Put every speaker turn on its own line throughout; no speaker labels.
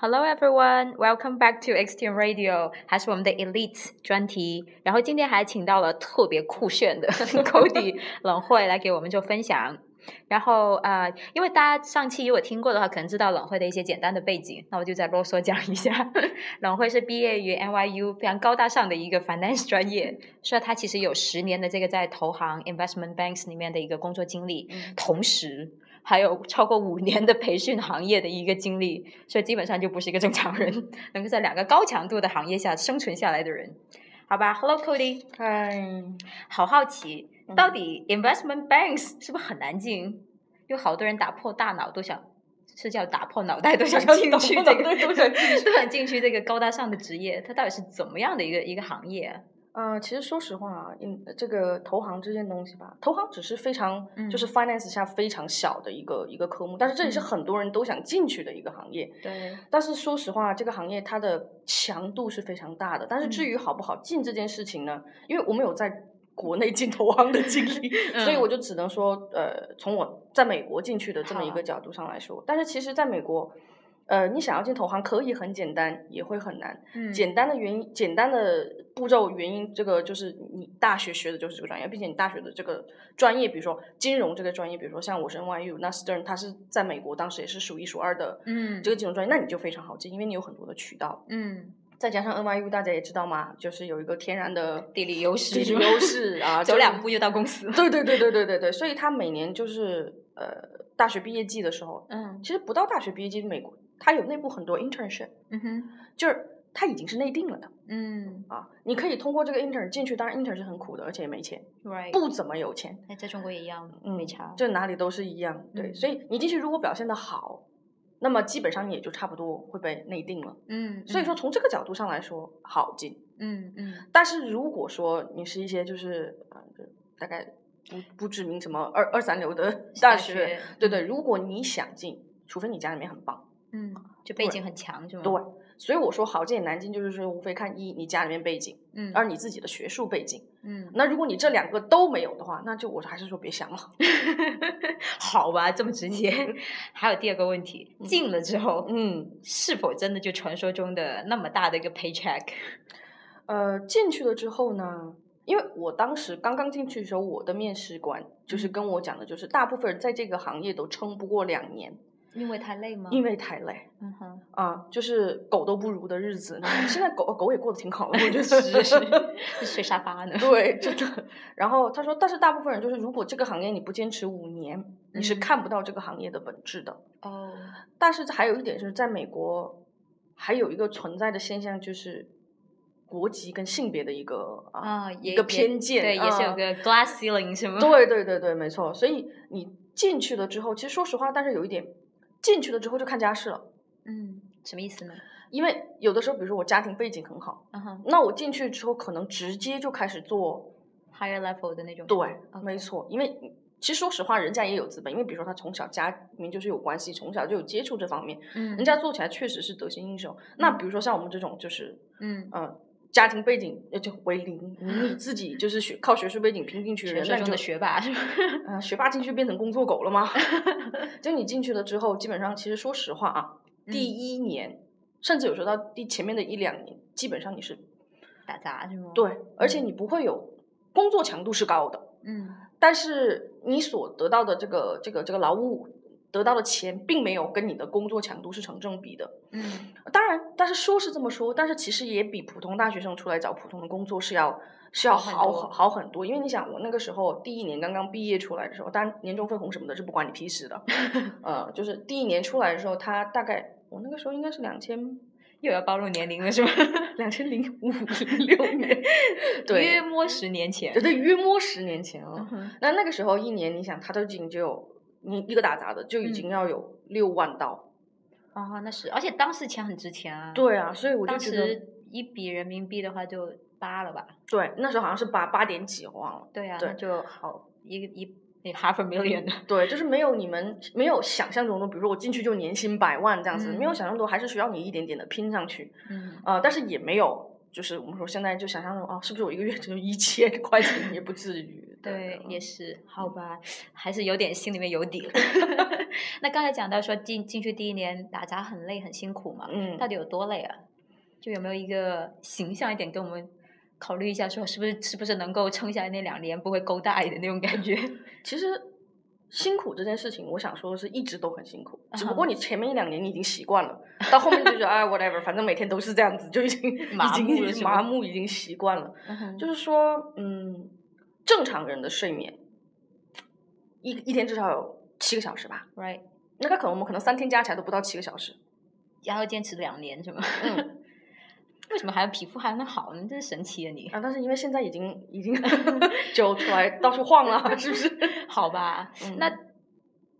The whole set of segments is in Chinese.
Hello everyone, welcome back to XTM Radio，还是我们的 Elite 专题。然后今天还请到了特别酷炫的 Cody 冷慧来给我们做分享。然后呃，因为大家上期如果听过的话，可能知道冷慧的一些简单的背景，那我就再啰嗦讲一下。 冷慧是毕业于 NYU 非常高大上的一个 finance 专业，所以她其实有十年的这个在投行 investment banks 里面的一个工作经历，同时还有超过五年的培训行业的一个经历，所以基本上就不是一个正常人，能够在两个高强度的行业下生存下来的人。好吧，Hello Cody，
嗨，
好好奇，到底 investment banks 是不是很难进？有好多人打破大脑都想，是叫打破脑袋都 想进去这个，
都想进去
都想进去这个高大上的职业，它到底是怎么样的一个一个行业啊？
呃，其实说实话啊，嗯，这个投行这件东西吧，投行只是非常、
嗯
就是 finance 下非常小的一个一个科目，但是这也
嗯
是很多人都想进去的一个行业。
对，，
但是说实话，这个行业它的强度是非常大的。但是至于好不好进这件事情呢，因为我们有在国内进投行的经历
嗯
所以我就只能说，呃，从我在美国进去的这么一
好
个角度上来说，但是其实在美国。呃，你想要进投行可以很简单，也会很难。
嗯
简单的原因，简单的步骤原因，这个就是你大学学的就是这个专业，并且你大学的这个专业，比如说金融这个专业，比如说像我是 NYU，那 Stern 它是在美国当时也是数一数二的，
嗯
这个金融专业，那你就非常好进，因为你有很多的渠道，
嗯，
再加上 NYU 大家也知道嘛，就是有一个天然的
地理优势
地理
是吧
优势啊，
走
就
两步就到公司。
对对对对对对对，所以他每年就是呃大学毕业季的时候，
嗯
其实不到大学毕业季，美国它有内部很多 internship，
嗯哼
就是它已经是内定了的
嗯
啊，你可以通过这个 intern 进去，当然 intern 是很苦的，而且也没钱，
，right，
不怎么有钱，
哎，在中国也一样，
嗯
没差。
这哪里都是一样，对，
嗯
所以你进去如果表现的好，那么基本上你也就差不多会被内定了。
嗯，
所以说，从这个角度上来说，好进。
嗯，嗯嗯，
但是如果说你是一些就是呃大概不不知名什么二二三流的大学，
学，
对对，如果你想进，除非你家里面很棒，
嗯，就背景很强是吗？
对。所以我说好进也难进，就是说无非看一你家里面背景，
嗯，
二你自己的学术背景。
嗯，
那如果你这两个都没有的话，那就我还是说别想了。
好吧，这么直接。 还有第二个问题，进了之后，
嗯，
是否真的就传说中的那么大的一个 paycheck？
呃，进去了之后呢，因为我当时刚刚进去的时候，我的面试官就是
嗯
跟我讲的，就是大部分人在这个行业都撑不过两年，
因为太累吗？
因为太累
嗯哼，
啊，就是狗都不如的日子。然后现在狗狗也过得挺好的，我觉得
是 是睡沙发呢。
对，真的。然后他说，但是大部分人就是，如果这个行业你不坚持五年，你是
嗯
看不到这个行业的本质的。
哦，
但是还有一点是在美国，还有一个存在的现象就是国籍跟性别的一个啊、
啊，也
一个
也
偏见，
对，也是有
啊
个 glass ceiling 是吗？
对对对对，没错。所以你进去了之后，其实说实话，但是有一点，进去了之后就看家世了。
嗯，什么意思呢？
因为有的时候，比如说我家庭背景很好，
嗯哼
那我进去之后可能直接就开始做。
，higher level 的那种。
对，没
OK
错。因为其实说实话，人家也有资本，因为比如说他从小家里面就是有关系，从小就有接触这方面，
嗯，
人家做起来确实是得心应手。那比如说像我们这种，就是
嗯，
呃。家庭背景呃就为零，你自己就是学靠学术背景拼进去的
传
人，
说
那你
中
就
的学霸是吧？
呃，学霸进去变成工作狗了 吗？就你进去了之后，基本上其实说实话啊，第
嗯
一年，甚至有时候到第前面的一两年，基本上你是
打杂是吗？，
对，而且
嗯
你不会有工作强度是高的，
嗯
但是你所得到的这个这个这个劳务得到的钱，并没有跟你的工作强度是成正比的。
嗯
当然，但是说是这么说，但是其实也比普通大学生出来找普通的工作是要是要
好很
好
多
好很多。因为你想，我那个时候第一年刚刚毕业出来的时候，当然年终分红什么的是不关你屁 事的，呃，就是第一年出来的时候，他大概我那个时候应该是两千
又要暴露年龄了 是吗？
两千零五零六 年，
约
对，
摸十年前
对。对，约摸十年前啊、
嗯哼
那那个时候一年，你想他都已经就有你一个打杂的就已经要有六万刀，
哦，那是，而且当时钱很值钱啊。，
对啊，所以我就
当
觉得
时一比人民币的话就八了吧？
对，那时候好像是八八点几，我忘了。
对啊，
对
那就好一个一那 half a million 的。
对，就是没有你们没有想象中的，比如说我进去就年薪百万这样子，没有
嗯
想象中还是需要你一点点的拼上去，
嗯
呃，但是也没有就是我们说现在就想象中啊，是不是我一个月只有一千块钱也不至于。
对，嗯也
是。
是，好吧，还是有点心里面有底了。 那刚才讲到说进进去第一年打杂很累很辛苦嘛，
嗯
到，底有多累啊？就有没有一个形象一点跟我们考虑一下，说是不是是不是能够撑下来那两年不会勾大你的那种感觉？
其实辛苦这件事情，我想说是一直都很辛
嗯
苦，只不过你前面一两年你已经习惯了，到后面就觉得哎 whatever，反正每天都是这样子，就已经
麻
已
木了
经
是
麻
吗
木，已经习惯了。
嗯
就是说，嗯，正常人的睡眠一一天至少有七个小时吧，
，right，
那他可能我们可能三天加起来都不到七个小时。
然后坚持两年是吗？
嗯
为什么还皮肤还能好呢？真是神奇啊 你！
啊，但是因为现在已经已经 就出来到处晃了，是不是？
好吧，
嗯
那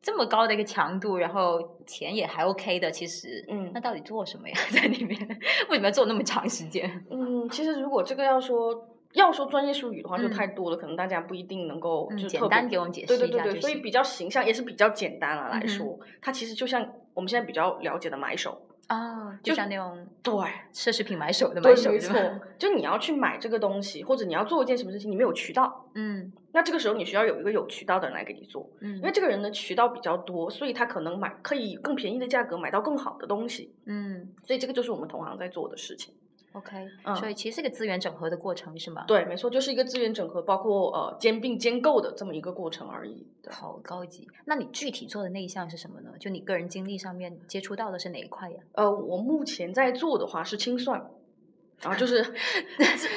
这么高的一个强度，然后钱也还 OK 的，其实，
嗯
那到底做什么呀？ 在里面为什么要做那么长时间？
嗯，其实如果这个要说要说专业术语的话，就
嗯
太多了，可能大家不一定能够
嗯
就
简
特别
单给我们解
对
释
对
一
对
下
对，
就
所以
行
比较形象，也是比较简单了
嗯
来
哼
说，它其实就像我们现在比较了解的买手，
哦，就
啊就
像那种
对
奢侈品买手的买
对，
手，
没
是
错
吧，
就你要去买这个东西，或者你要做一件什么事情，你没有渠道，
嗯
那这个时候你需要有一个有渠道的人来给你做，
嗯，
因为这个人的渠道比较多，所以他可能买可以以更便宜的价格买到更好的东西，
嗯
所以这个就是我们同行在做的事情。
，OK，、
嗯
所以其实是个资源整合的过程，是吗？，
对，没错，就是一个资源整合，包括呃兼并兼购的这么一个过程而已。对。
好高级。那你具体做的那一项是什么呢？就你个人经历上面接触到的是哪一块呀？
呃，我目前在做的话是清算，然后就是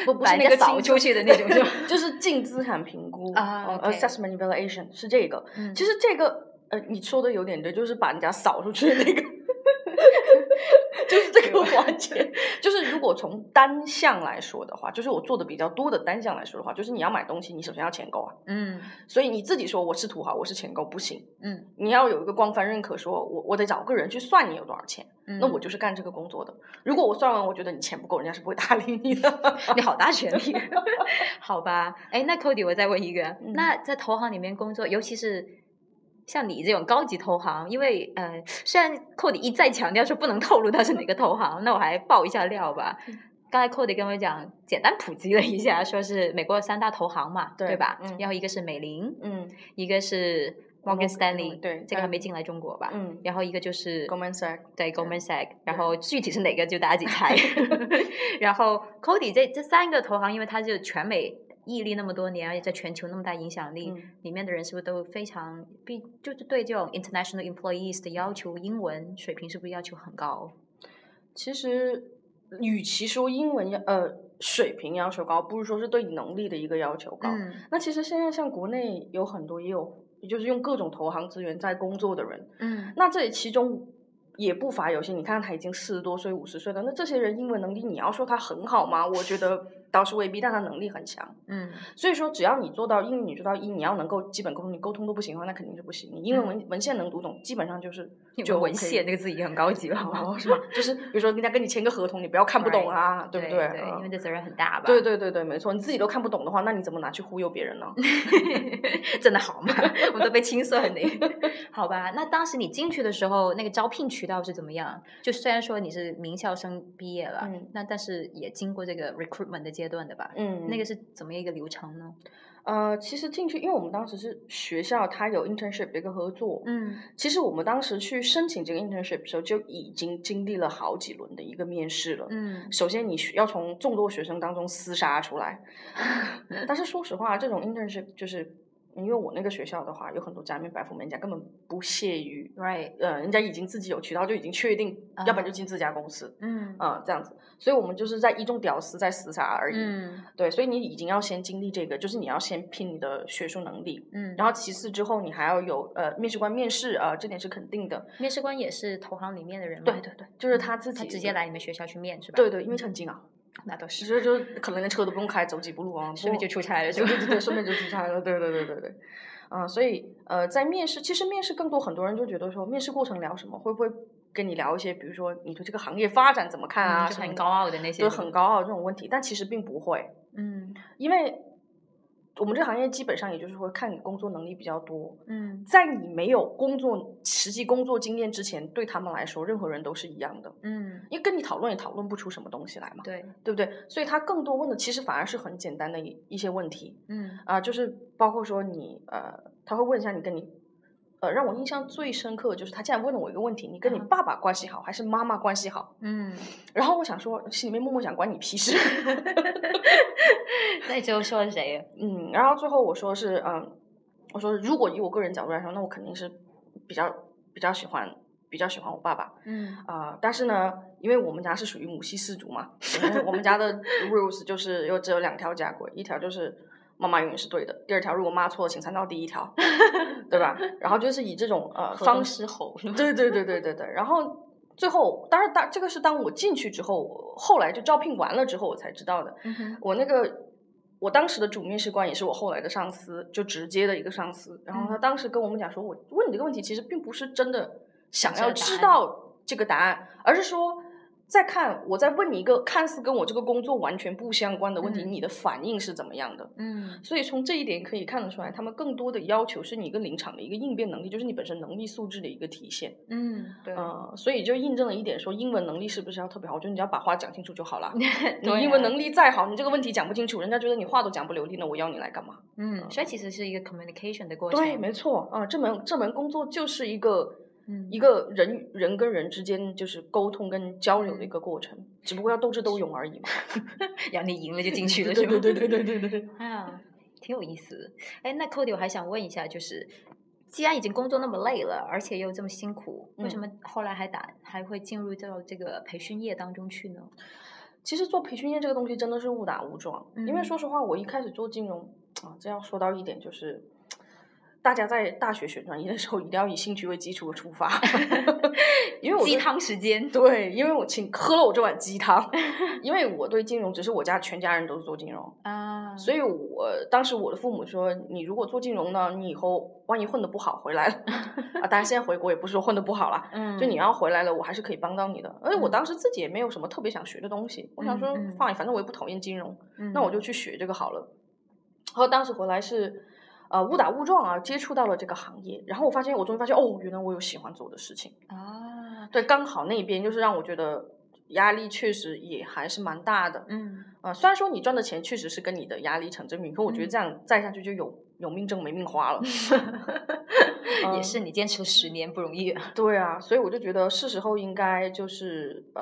不不
把
是
人家
那个
扫
清
出
算
去的那 种是吧
就是净资产评估
啊
呃
OK
assessment evaluation 是这个。
嗯
其实这个呃，你说的有点对，就是把人家扫出去的那个。 就是这个环节，就是如果从单项来说的话，就是我做的比较多的单项来说的话，就是你要买东西，你首先要钱购啊。
嗯
所以你自己说我是土豪，我是钱购不行，
嗯
你要有一个官方认可说，我我得找个人去算你有多少钱。
嗯，
那我就是干这个工作的。如果我算完，我觉得你钱不够，人家是不会搭理你的。
你好大权 力，好吧？哎，那 Cody，我再问一个，
嗯
那在投行里面工作，尤其是像你这种高级投行，因为呃，虽然 Cody 一再强调说不能透露他是哪个投行，那我还爆一下料吧。
嗯
刚才 Cody 跟我讲，简单普及了一下，说是美国有三大投行嘛，对
对
吧？
嗯
然后一个是美林，
嗯
一个是 Morgan
Morgan
Stanley，
Stanley，对
这个还
但
没进来中国吧？
嗯
然后一个就是
，Goldman Sachs，
对 Goldman Sachs，然
对
后具体是哪个就大家自己猜。 然后 Cody 这这三个投行，因为它是全美屹立那么多年，而且在全球那么大影响力，
嗯
里面的人是不是都非常必就是对这种 international employees 的要求，英文水平是不是要求很高？
其实与其说英文要呃水平要求高，不如说是对能力的一个要求高。
嗯
那其实现在像国内有很多也有，就是用各种投行资源在工作的人，
嗯
那这里其中。也不乏有些，你看他已经四十多岁、五十岁了，那这些人英文能力，你要说他很好吗？我觉得倒是未必，但他能力很强。
嗯
所以说，只要你做到英语你做到一，你要能够基本沟通，你沟通都不行的话，那肯定是不行。你英文文、文献能读懂，基本上就是
有没
就
有文
OK
献这个字已经很高级了，好吗
哦，是吧？就是比如说人家跟你签个合同，你不要看不懂啊对不
对？
对
因为
嗯
这责任很大吧？
对对对对，没错，你自己都看不懂的话，那你怎么拿去忽悠别人 呢？
真的好吗？ 我们都被清算了。 好吧，那当时你进去的时候，那个招聘渠道是怎么样？就虽然说你是名校生毕业了，
嗯
那但是也经过这个 recruitment 的阶段的吧？
嗯，
那个是怎么一个流程呢？
呃，其实进去，因为我们当时是学校，它有 internship 的一个合作。
嗯
其实我们当时去申请这个 internship 的时候，就已经经历了好几轮的一个面试了。
嗯
首先，你需要从众多学生当中厮杀出 来。但是说实话，这种 internship 就是因为我那个学校的话，有很多假面白富美，人家根本不屑于，
，right，
呃，人家已经自己有渠道，就已经确定，
啊
要不然就进自家公司，
嗯
啊、这样子。所以我们就是在一众屌丝在厮杀而已。
嗯
对，所以你已经要先经历这个，就是你要先拼你的学术能力。
嗯，然
然后其次之后，你还要有呃面试官面试啊、呃这点是肯定的。
后面试官也是投行里面的人吗？
对对对，就是他自
嗯
己
他直接。来你们学校去面是吧？
对对，因为他很近啊，
那倒
其
是，
实就可能连车都不用开，走几步路啊，
顺便
不
就出差了是
对
吧？
对对对，顺便就出 差了，对对对对对。啊、所以呃，在面试，其实面试更多很多人就觉得说，面试过程聊什么，会不会跟你聊一些，比如说你对这个行业发展怎么看
嗯
啊，
就
什么
很
的啊
高，傲的那些，
对，很高傲这种问题，但其实并不会，
嗯
因为我们这行业基本上也就是会看你工作能力比较多，
嗯
在你没有工作实际工作经验之前，对他们来说，任何人都是一样的，
嗯，
因为跟你讨论也讨论不出什么东西来嘛，
对，
对不对？所以他更多问的其实反而是很简单的一一些问题
嗯
啊、就是包括说你呃，他会问一下你跟你呃，让我印象最深刻的就是他竟然问了我一个问题，你跟你
啊
爸爸关系好还是妈妈关系好？
嗯，
然后我想说，心里面默默想关你屁事，
那你最后说谁？啊
嗯，然后最后我说是嗯，我说如果以我个人角度来说，那我肯定是比较比较喜欢比较喜欢我爸爸。
嗯
啊、但是呢，因为我们家是属于母系氏族 嘛，我们我们家的 rules 就是又只有两条家规，一条就是妈妈永远是对的，第二条如果妈错了，请参照第 一条，对吧？然后就是以这种呃
河
方
东
式
狮吼
对对对对对对，然后。最后，当然，当这个是当我进去之后，后来就招聘完了之后我才知道的。
嗯哼
我那个我当时的主面试官也是我后来的上司，就直接的一个上司。然
嗯
后他当时跟我们讲说，我问你这个问题其实并不是真的想
这
要
个答
知
案
道这个答案，而是说。再看，我在问你一个看似跟我这个工作完全不相关的问题，
嗯
你的反应是怎么样的？
嗯
所以从这一点可以看得出来，他们更多的要求是你一个临场的一个应变能力，就是你本身能力素质的一个体现。
嗯，对，
呃，所以就印证了一点，说英文能力是不是要特别好？我觉得你要把话讲清楚就 好了。你
对
英文
啊
能力再好，你这个问题讲不清楚，人家觉得你话都讲不流利，那我要你来干嘛？
嗯，所以其实是一个 communication 的过程。
对，没错，啊、这门这门工作就是一个
嗯
一个人人跟人之间就是沟通跟交流的一个过程，只不过要斗智斗勇而 已嘛。
然后你赢了就 进去了，
对
是吧
对对 对对对对对。
啊，挺有意思。哎，那 Cody，我还想问一下，就是既然已经工作那么累了，而且又这么辛苦，为什
嗯
么后来还打还会进入到这个培训业当中去呢？
其实做培训业这个东西真的是误打误撞，因为
嗯
说实话，我一开始做金融啊，这要说到一点就是。大家在大学选专业的时候，一定要以兴趣为基础出 发，因为我
鸡
对
汤时 间。
对，因为我请喝了我这碗鸡汤，因为我对金融，只是我家全家人都是做金融，
啊，
所以我当时我的父母说，你如果做金融呢，你以后万一混得不好回来了 啊，当然现在回国也不是说混得不好啦，
嗯，
就你啊要回来了，我还是可以帮到你的。而且我
嗯
当时自己也没有什么特别想学的东西，我想说
嗯嗯
放，反正我也不讨厌金融，
嗯，
那我就去学这个好了。然后当时回来是，呃，误打误撞啊，接触到了这个行业，然后我发现，我终于发现，哦，原来我有喜欢做的事情。
啊，
对，刚好那边就是让我觉得压力确实也还是蛮大的。
嗯
啊、虽然说你赚的钱确实是跟你的压力成正比，可我觉得
嗯
这样再下去就有有命挣没命 花了。
也
嗯
是你坚持了十年不容易啊。
对啊，所以我就觉得是时候应该就是呃，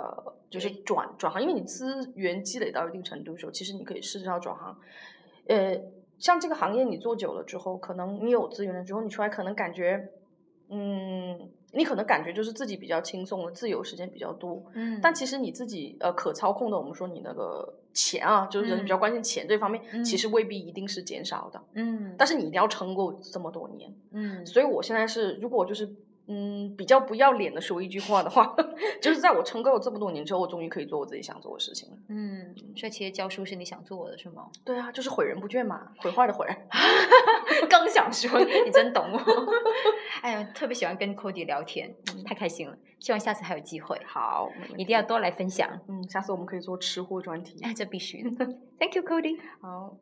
就是
对
转转行，因为你资源积累到一定程度的时候，其实你可以试着要转行。呃，像这个行业你做久了之后，可能你有资源了之后，你出来可能感觉，嗯，你可能感觉就是自己比较轻松了，自由时间比较多。
嗯
但其实你自己呃可操控的，我们说你那个钱啊，就是人比较
嗯
关心钱这方面，其
嗯
实未必一定是减少的，
嗯
但是你一定要撑过这么多年。
嗯，
所以我现在是，如果就是嗯比较不要脸的说一句话的话， 就是在我撑够了这么多年之后，我终于可以做我自己想做的事情了。
嗯，所以其实教书是你想做的，是吗？
对啊，就是毁人不倦嘛，毁坏的毁。
刚想说，你真懂我。 哎呀，特别喜欢跟 Cody 聊天，太开心了。希望下次还有机会，
好，没问
一定要
题
多来分享。哎
嗯，下次我们可以做吃货专题。
哎，这必须的。Thank you, Cody.
好。